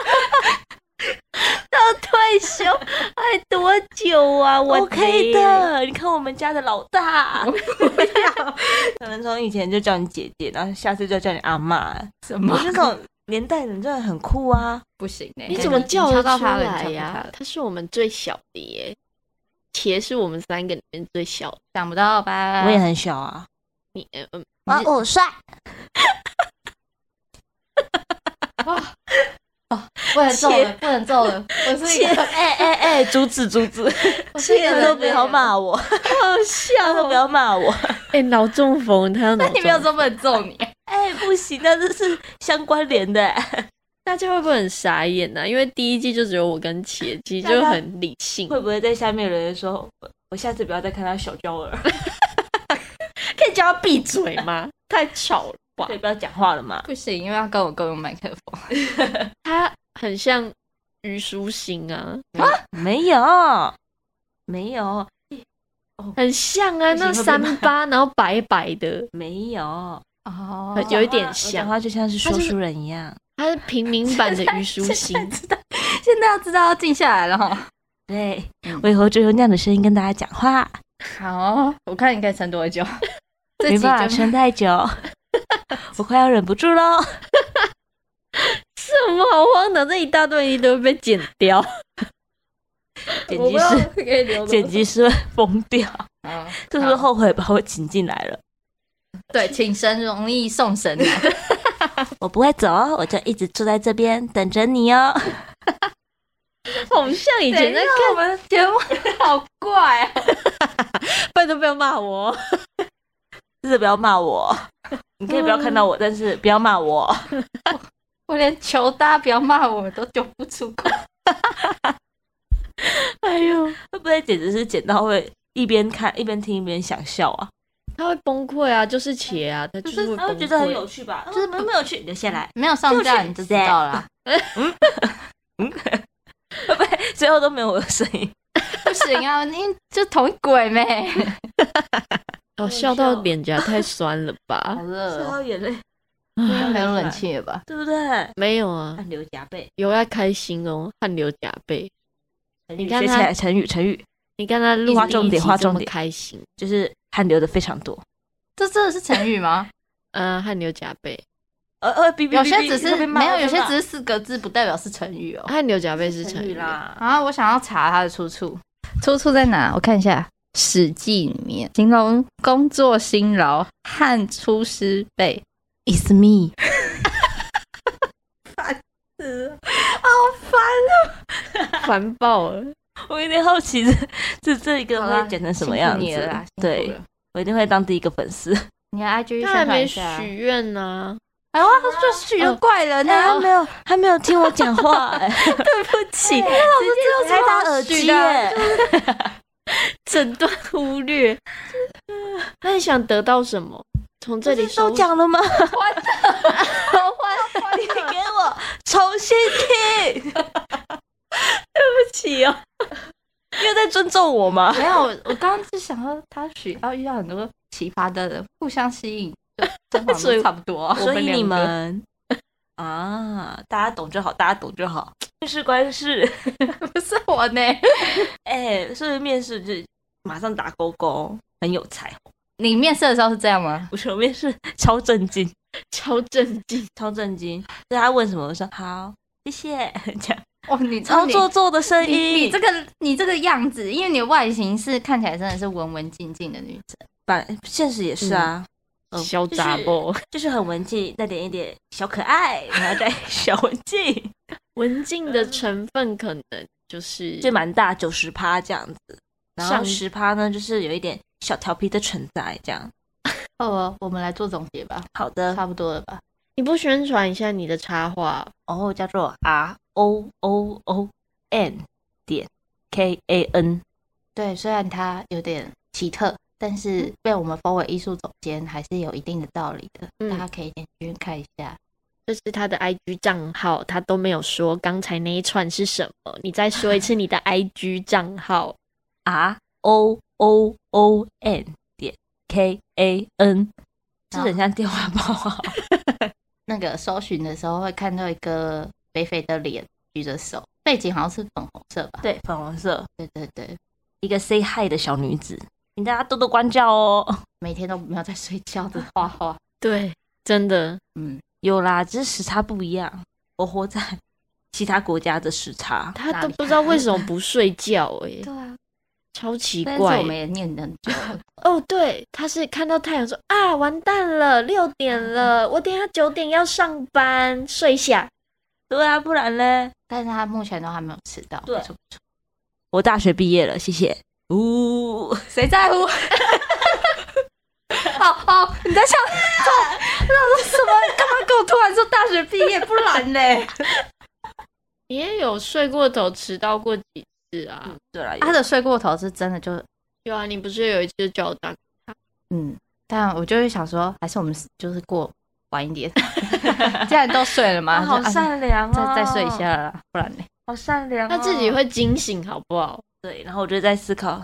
[SPEAKER 1] 退休还多久啊？我
[SPEAKER 3] OK 的，你看我们家的老大， 可能从以前就叫你姐姐，然后下次就叫你阿妈。
[SPEAKER 2] 什
[SPEAKER 3] 我
[SPEAKER 2] 么
[SPEAKER 3] 那种年代人真的很酷啊！
[SPEAKER 2] 不行呢、
[SPEAKER 1] 欸你怎么叫
[SPEAKER 2] 你
[SPEAKER 1] 得
[SPEAKER 2] 敲到
[SPEAKER 1] 到
[SPEAKER 2] 他
[SPEAKER 1] 他
[SPEAKER 2] 了？
[SPEAKER 1] 来
[SPEAKER 2] 你敲
[SPEAKER 1] 呀、
[SPEAKER 2] 不到他了
[SPEAKER 1] 他是我们最小的耶，茄是我们三个里面最小的。
[SPEAKER 2] 想不到吧？
[SPEAKER 3] 我也很小啊，哦
[SPEAKER 1] 你嗯嗯，
[SPEAKER 3] 我五岁，
[SPEAKER 2] 不能揍了，不能揍了。我是一
[SPEAKER 3] 切，
[SPEAKER 2] 个，
[SPEAKER 3] 哎哎哎，阻止阻止，
[SPEAKER 2] 我是一个
[SPEAKER 3] 切
[SPEAKER 2] 人
[SPEAKER 3] 都不要。 骂我，
[SPEAKER 1] 好笑
[SPEAKER 3] 都不要骂我。
[SPEAKER 1] 哎、脑中风，他要脑
[SPEAKER 2] 那
[SPEAKER 1] 中
[SPEAKER 2] 你
[SPEAKER 1] 风。
[SPEAKER 2] 没有说不能揍你？
[SPEAKER 3] 哎，不行，那这是相关联的。
[SPEAKER 1] 大家会不会很傻眼啊呢、因为第一季就只有我跟茄，其实
[SPEAKER 3] 大
[SPEAKER 1] 就
[SPEAKER 3] 家
[SPEAKER 1] 很理性，
[SPEAKER 3] 会不会在下面有人说，我我下次不要再看到小娇儿，
[SPEAKER 1] 可以叫他闭嘴吗？ 太吵了吧
[SPEAKER 3] 可以！不要讲话了 嘛？
[SPEAKER 2] 不行，因为要跟我共用麦克风。
[SPEAKER 1] 他很像虞书欣啊，
[SPEAKER 3] 没有，没有，
[SPEAKER 1] 很像啊，那
[SPEAKER 3] 不行会被骂
[SPEAKER 1] 三八然后白白的，
[SPEAKER 3] 没有，
[SPEAKER 2] 哦
[SPEAKER 1] 有一点
[SPEAKER 3] 我
[SPEAKER 1] 像
[SPEAKER 3] 讲话就像是说
[SPEAKER 1] 他就是
[SPEAKER 3] 书人一样。
[SPEAKER 1] 他是平 民版的虞书欣。
[SPEAKER 2] 现在要知道要静下来了哈。
[SPEAKER 3] 对
[SPEAKER 2] 嗯，
[SPEAKER 3] 我以后就用那样的声音跟大家讲话，
[SPEAKER 2] 好哦，我看你可以撑多 久。这
[SPEAKER 3] 没
[SPEAKER 2] 集
[SPEAKER 3] 办 法
[SPEAKER 2] 就
[SPEAKER 3] 撑太 久，我快要忍不住喽。
[SPEAKER 1] 什么好荒唐？这一大段一定都会被剪掉。
[SPEAKER 3] 剪
[SPEAKER 2] 我
[SPEAKER 3] 辑
[SPEAKER 2] 不知道
[SPEAKER 3] 师，
[SPEAKER 2] 可以留多久
[SPEAKER 3] 剪辑师会疯掉，
[SPEAKER 2] 嗯
[SPEAKER 3] 是不是后悔把我请进来了？
[SPEAKER 2] 对，请神容易送神啊难。
[SPEAKER 3] 我不会走哦，我就一直坐在这边等着你哦。
[SPEAKER 1] 好像以前
[SPEAKER 2] 等
[SPEAKER 1] 在
[SPEAKER 2] 一下我们节目 好怪啊！
[SPEAKER 1] 拜都不要骂我。
[SPEAKER 3] 真的不要骂 我，你可以不要看到我，但是不要骂我。
[SPEAKER 2] 我连求大家不要骂我们都讲不出口。
[SPEAKER 1] 哎呦，
[SPEAKER 3] 会不会简直是剪到会一边看一边听一边想笑啊？
[SPEAKER 1] 他会崩溃啊，就是茄啊，他就是会
[SPEAKER 3] 他会
[SPEAKER 1] 崩
[SPEAKER 3] 觉得很
[SPEAKER 1] 溃。哦
[SPEAKER 3] 有趣吧？
[SPEAKER 2] 就是
[SPEAKER 3] 嗯没有没有趣，留下来。
[SPEAKER 2] 没有上架你就知道啦。
[SPEAKER 3] 会不会最后都没有我的声 音？
[SPEAKER 2] 不行啊，你就同一轨咩？
[SPEAKER 1] 哦，笑到脸颊太酸了 吧
[SPEAKER 2] 好？热、哦，
[SPEAKER 3] 眼泪，啊
[SPEAKER 2] 应该没有冷气了吧？
[SPEAKER 3] 对不对？
[SPEAKER 1] 没有啊，
[SPEAKER 3] 汗流浃背。
[SPEAKER 1] 有要开心哦，汗流浃背。
[SPEAKER 3] 你
[SPEAKER 1] 看
[SPEAKER 3] 学起
[SPEAKER 1] 他
[SPEAKER 3] 来成语，成语
[SPEAKER 1] 你看他录
[SPEAKER 3] 划重点
[SPEAKER 1] 一集
[SPEAKER 3] 划
[SPEAKER 1] 这么
[SPEAKER 3] 重点
[SPEAKER 1] 开心。
[SPEAKER 3] 就是汗流的非常多。
[SPEAKER 2] 这真的是成语吗？
[SPEAKER 1] 嗯，汗流浃背，
[SPEAKER 3] 呃呃，哔哔哔哔
[SPEAKER 2] 有些只
[SPEAKER 3] 会
[SPEAKER 2] 是
[SPEAKER 3] 被骂
[SPEAKER 2] 没有，
[SPEAKER 3] 会
[SPEAKER 2] 有
[SPEAKER 3] 被
[SPEAKER 2] 些
[SPEAKER 3] 骂
[SPEAKER 2] 只是四个字，不代表是成语哦。
[SPEAKER 1] 汗流浃背是成语。
[SPEAKER 3] 啦。
[SPEAKER 2] 啊，我想要查它的出处，出处在哪？我看一下，《史记》里面形容工作辛劳，汗出湿背。
[SPEAKER 3] It's me，
[SPEAKER 2] 是
[SPEAKER 1] 烦爆了。
[SPEAKER 3] 我有点好奇这这这一个
[SPEAKER 2] 好啦
[SPEAKER 3] 会剪成什么
[SPEAKER 2] 辛苦
[SPEAKER 3] 样
[SPEAKER 2] 你了啦
[SPEAKER 3] 子？
[SPEAKER 2] 辛苦
[SPEAKER 3] 对
[SPEAKER 2] 了，
[SPEAKER 3] 我一定会当第一个粉丝。
[SPEAKER 2] 你的 IG 宣
[SPEAKER 1] 他还
[SPEAKER 2] 传
[SPEAKER 1] 没
[SPEAKER 2] 一下。
[SPEAKER 1] 许愿啊呢，
[SPEAKER 2] 哎呦，他就许个怪人
[SPEAKER 3] 但
[SPEAKER 2] 啊！
[SPEAKER 3] 他没有，他没有听我讲话、哎
[SPEAKER 1] 对不起，
[SPEAKER 3] 我才戴耳机、哎
[SPEAKER 1] 整段忽 略。那你想得到什么？从这里
[SPEAKER 3] 都
[SPEAKER 1] 收
[SPEAKER 3] 讲了吗？
[SPEAKER 2] 欢乐，欢
[SPEAKER 3] 你给我重新听，
[SPEAKER 1] 起哦。
[SPEAKER 3] 你有在尊重我吗？
[SPEAKER 2] 没有，我我刚刚是想说他许要遇到很多奇葩的人，互相吸引，就真 的
[SPEAKER 1] 所以
[SPEAKER 2] 差不多啊。
[SPEAKER 3] 所以你
[SPEAKER 2] 我两个
[SPEAKER 3] 们 啊，大家懂就好，大家懂就好。面试官是，
[SPEAKER 2] 不是我呢，
[SPEAKER 3] 哎、所以面试就马上打勾勾，很有才。
[SPEAKER 2] 你面试的时候是这样吗？
[SPEAKER 3] 不是我 面试超震惊，
[SPEAKER 1] 超震惊，
[SPEAKER 3] 超震惊。就是他问什么，我说好，谢 谢，这样
[SPEAKER 2] 哦，你
[SPEAKER 3] 操作做的声
[SPEAKER 2] 你你
[SPEAKER 3] 音，
[SPEAKER 2] 你这个你这个样子，因为你的外形是看起来真的是文文静静的女生，
[SPEAKER 3] 反现实也是啊，嗯
[SPEAKER 1] 小杂包，
[SPEAKER 3] 就是很文静，带点一点小可爱，然后再 小文静，
[SPEAKER 1] 文静的成分可能就是
[SPEAKER 3] 就蛮大，九十趴这样子。然后
[SPEAKER 1] 上
[SPEAKER 3] 十趴呢，就是有一点小调皮的存在，这样。
[SPEAKER 2] 哦，我们来做总结吧，
[SPEAKER 3] 好的，
[SPEAKER 2] 差不多了吧？
[SPEAKER 1] 你不宣传一下你的插画？
[SPEAKER 3] 哦，叫做 R O O O N 点 K A N，
[SPEAKER 2] 对，虽然它有点奇特，但是被我们封为艺术总监还是有一定的道理的，
[SPEAKER 1] 嗯
[SPEAKER 2] 大家可以点进去看一下。
[SPEAKER 1] 就是他的 IG 账号，他都没有说刚才那一串是什么。你再说一次 你的 IG 账号，
[SPEAKER 3] R O O O N 点 K A N，这很像电话报啊。
[SPEAKER 2] 那个搜寻的时候会看到一个肥肥的脸举着手，背景好像是粉红色吧？
[SPEAKER 3] 对，粉红色，
[SPEAKER 2] 对对对，
[SPEAKER 3] 一个 say hi 的小女子，请大家多多关照哦。
[SPEAKER 2] 每天都没有在睡觉的画画，
[SPEAKER 1] 对，真的
[SPEAKER 2] 嗯，
[SPEAKER 3] 有啦，只是时差不一样，我活在其他国家的时差。
[SPEAKER 1] 他
[SPEAKER 2] 哪
[SPEAKER 1] 都
[SPEAKER 2] 里
[SPEAKER 1] 不知道为什 么不睡觉、哎，
[SPEAKER 2] 啊，
[SPEAKER 1] 超奇
[SPEAKER 2] 但是
[SPEAKER 1] 怪
[SPEAKER 2] 我。们也念得很久了，
[SPEAKER 1] 哦，对，他是看到太阳说啊，完蛋了，六点了，我等一下九点要上班，睡一下。
[SPEAKER 3] 对啊，不然嘞，
[SPEAKER 2] 但是他目前都还没有吃到，
[SPEAKER 3] 对
[SPEAKER 2] 不错不错
[SPEAKER 3] 我大学毕业了，谢谢。呜、
[SPEAKER 2] 谁在 乎？好好，你在笑，那说什么？你干嘛给我突然说大学毕业？不然 嘞？
[SPEAKER 1] 你也有睡过头、迟到过几次啊？
[SPEAKER 3] 对了，
[SPEAKER 2] 他的睡过头是真的就，
[SPEAKER 1] 有啊，你不是有一次叫我打
[SPEAKER 2] 嗯，但我就会想说，还是我们就是过晚一点， 既然都睡了嘛，
[SPEAKER 3] 啊好
[SPEAKER 2] 就啊
[SPEAKER 3] 善良哦，
[SPEAKER 2] 再再睡一，下啦，不然嘞？
[SPEAKER 3] 好善良、啊
[SPEAKER 1] 他自己会惊醒，好不好？
[SPEAKER 3] 对，然后我就在思考，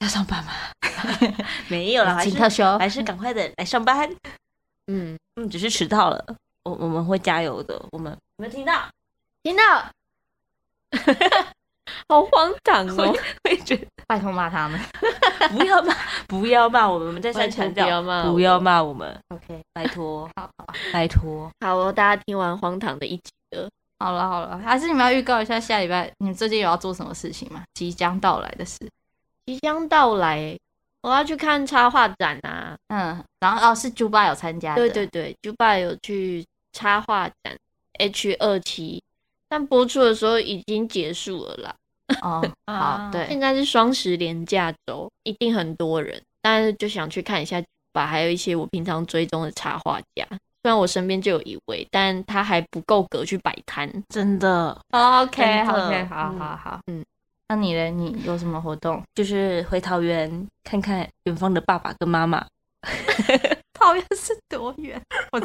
[SPEAKER 3] 要上班吗？ 没有了，还
[SPEAKER 2] 请特
[SPEAKER 3] 是
[SPEAKER 2] 休，
[SPEAKER 3] 还是赶快的来上班。
[SPEAKER 1] 嗯，
[SPEAKER 3] 嗯，只是迟到了，我我们会加油的，我们有没有听到？
[SPEAKER 2] 听到？
[SPEAKER 1] 好荒唐 哦！
[SPEAKER 3] 我也觉得
[SPEAKER 2] 拜托骂他们。
[SPEAKER 3] 不要骂，不要骂我们，我们再
[SPEAKER 1] 拜
[SPEAKER 3] 三
[SPEAKER 1] 托
[SPEAKER 3] 强
[SPEAKER 1] 不要
[SPEAKER 3] 调，
[SPEAKER 1] 骂我
[SPEAKER 3] 不要骂我们，
[SPEAKER 2] OK，
[SPEAKER 3] 拜托，
[SPEAKER 2] 好好
[SPEAKER 3] 拜托。
[SPEAKER 1] 好哦，大家听完荒唐的一集了，
[SPEAKER 2] 好了好了，还是你们要预告一下下礼拜你们最近有要做什么事情吗？即将到来的事。
[SPEAKER 1] 即将到来，我要去看插画展啊！
[SPEAKER 2] 嗯，然后哦是猪爸有参加的，
[SPEAKER 1] 对对对，就爸有去插画展 H 二期，但播出的时候已经结束了啦。
[SPEAKER 2] 哦，好
[SPEAKER 3] 啊
[SPEAKER 1] 现
[SPEAKER 2] 对，
[SPEAKER 1] 在是双十连假周，一定很多人，但是就想去看一下吧。还有一些我平常追踪的插画家，虽然我身边就有一位，但他还不够格去摆摊。
[SPEAKER 3] 真的
[SPEAKER 2] 哦 OK
[SPEAKER 3] 真的
[SPEAKER 2] OK，好
[SPEAKER 1] 嗯
[SPEAKER 2] 好好，
[SPEAKER 1] 嗯
[SPEAKER 2] 嗯，那你呢？你有什么活 动？
[SPEAKER 3] 就是回桃园看看远方的爸爸跟妈妈，
[SPEAKER 2] 桃园是多远？我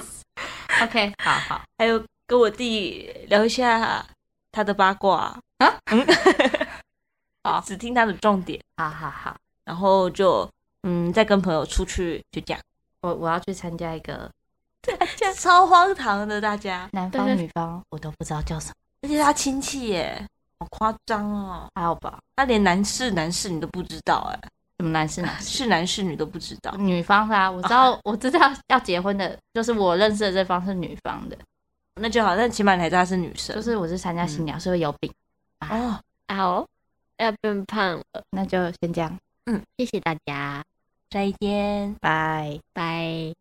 [SPEAKER 2] OK，好好，
[SPEAKER 3] 还有跟我弟聊一下他的八卦
[SPEAKER 2] 啊，
[SPEAKER 3] 嗯，
[SPEAKER 2] 好
[SPEAKER 3] 只听他的重点，
[SPEAKER 2] 好好好，
[SPEAKER 3] 然后就嗯再跟朋友出去就这样，
[SPEAKER 2] 我我要去参加一个
[SPEAKER 3] 超荒唐的大家，
[SPEAKER 2] 男
[SPEAKER 1] 对
[SPEAKER 2] 方
[SPEAKER 1] 对
[SPEAKER 2] 女方我都不知道叫什么，
[SPEAKER 3] 而且他亲戚耶，好夸张
[SPEAKER 2] 啊
[SPEAKER 3] 哦，
[SPEAKER 2] 还好吧？
[SPEAKER 3] 他连男是男是女都不知道哎，
[SPEAKER 2] 什么男是 男是？
[SPEAKER 3] 是男是女都不知道，
[SPEAKER 2] 女方啦，我知
[SPEAKER 1] 啊
[SPEAKER 2] 道，我知道要结婚的，就是我认识的这方是女方的，
[SPEAKER 3] 那就好，但起码你还知道他是女生，
[SPEAKER 2] 就是我是参加
[SPEAKER 1] 嗯
[SPEAKER 2] 新娘，所以有饼，
[SPEAKER 3] 哦，
[SPEAKER 1] 好，要变胖了，
[SPEAKER 2] 那就先这样，
[SPEAKER 1] 谢谢大家，
[SPEAKER 3] 再见。
[SPEAKER 2] 拜。
[SPEAKER 1] 拜。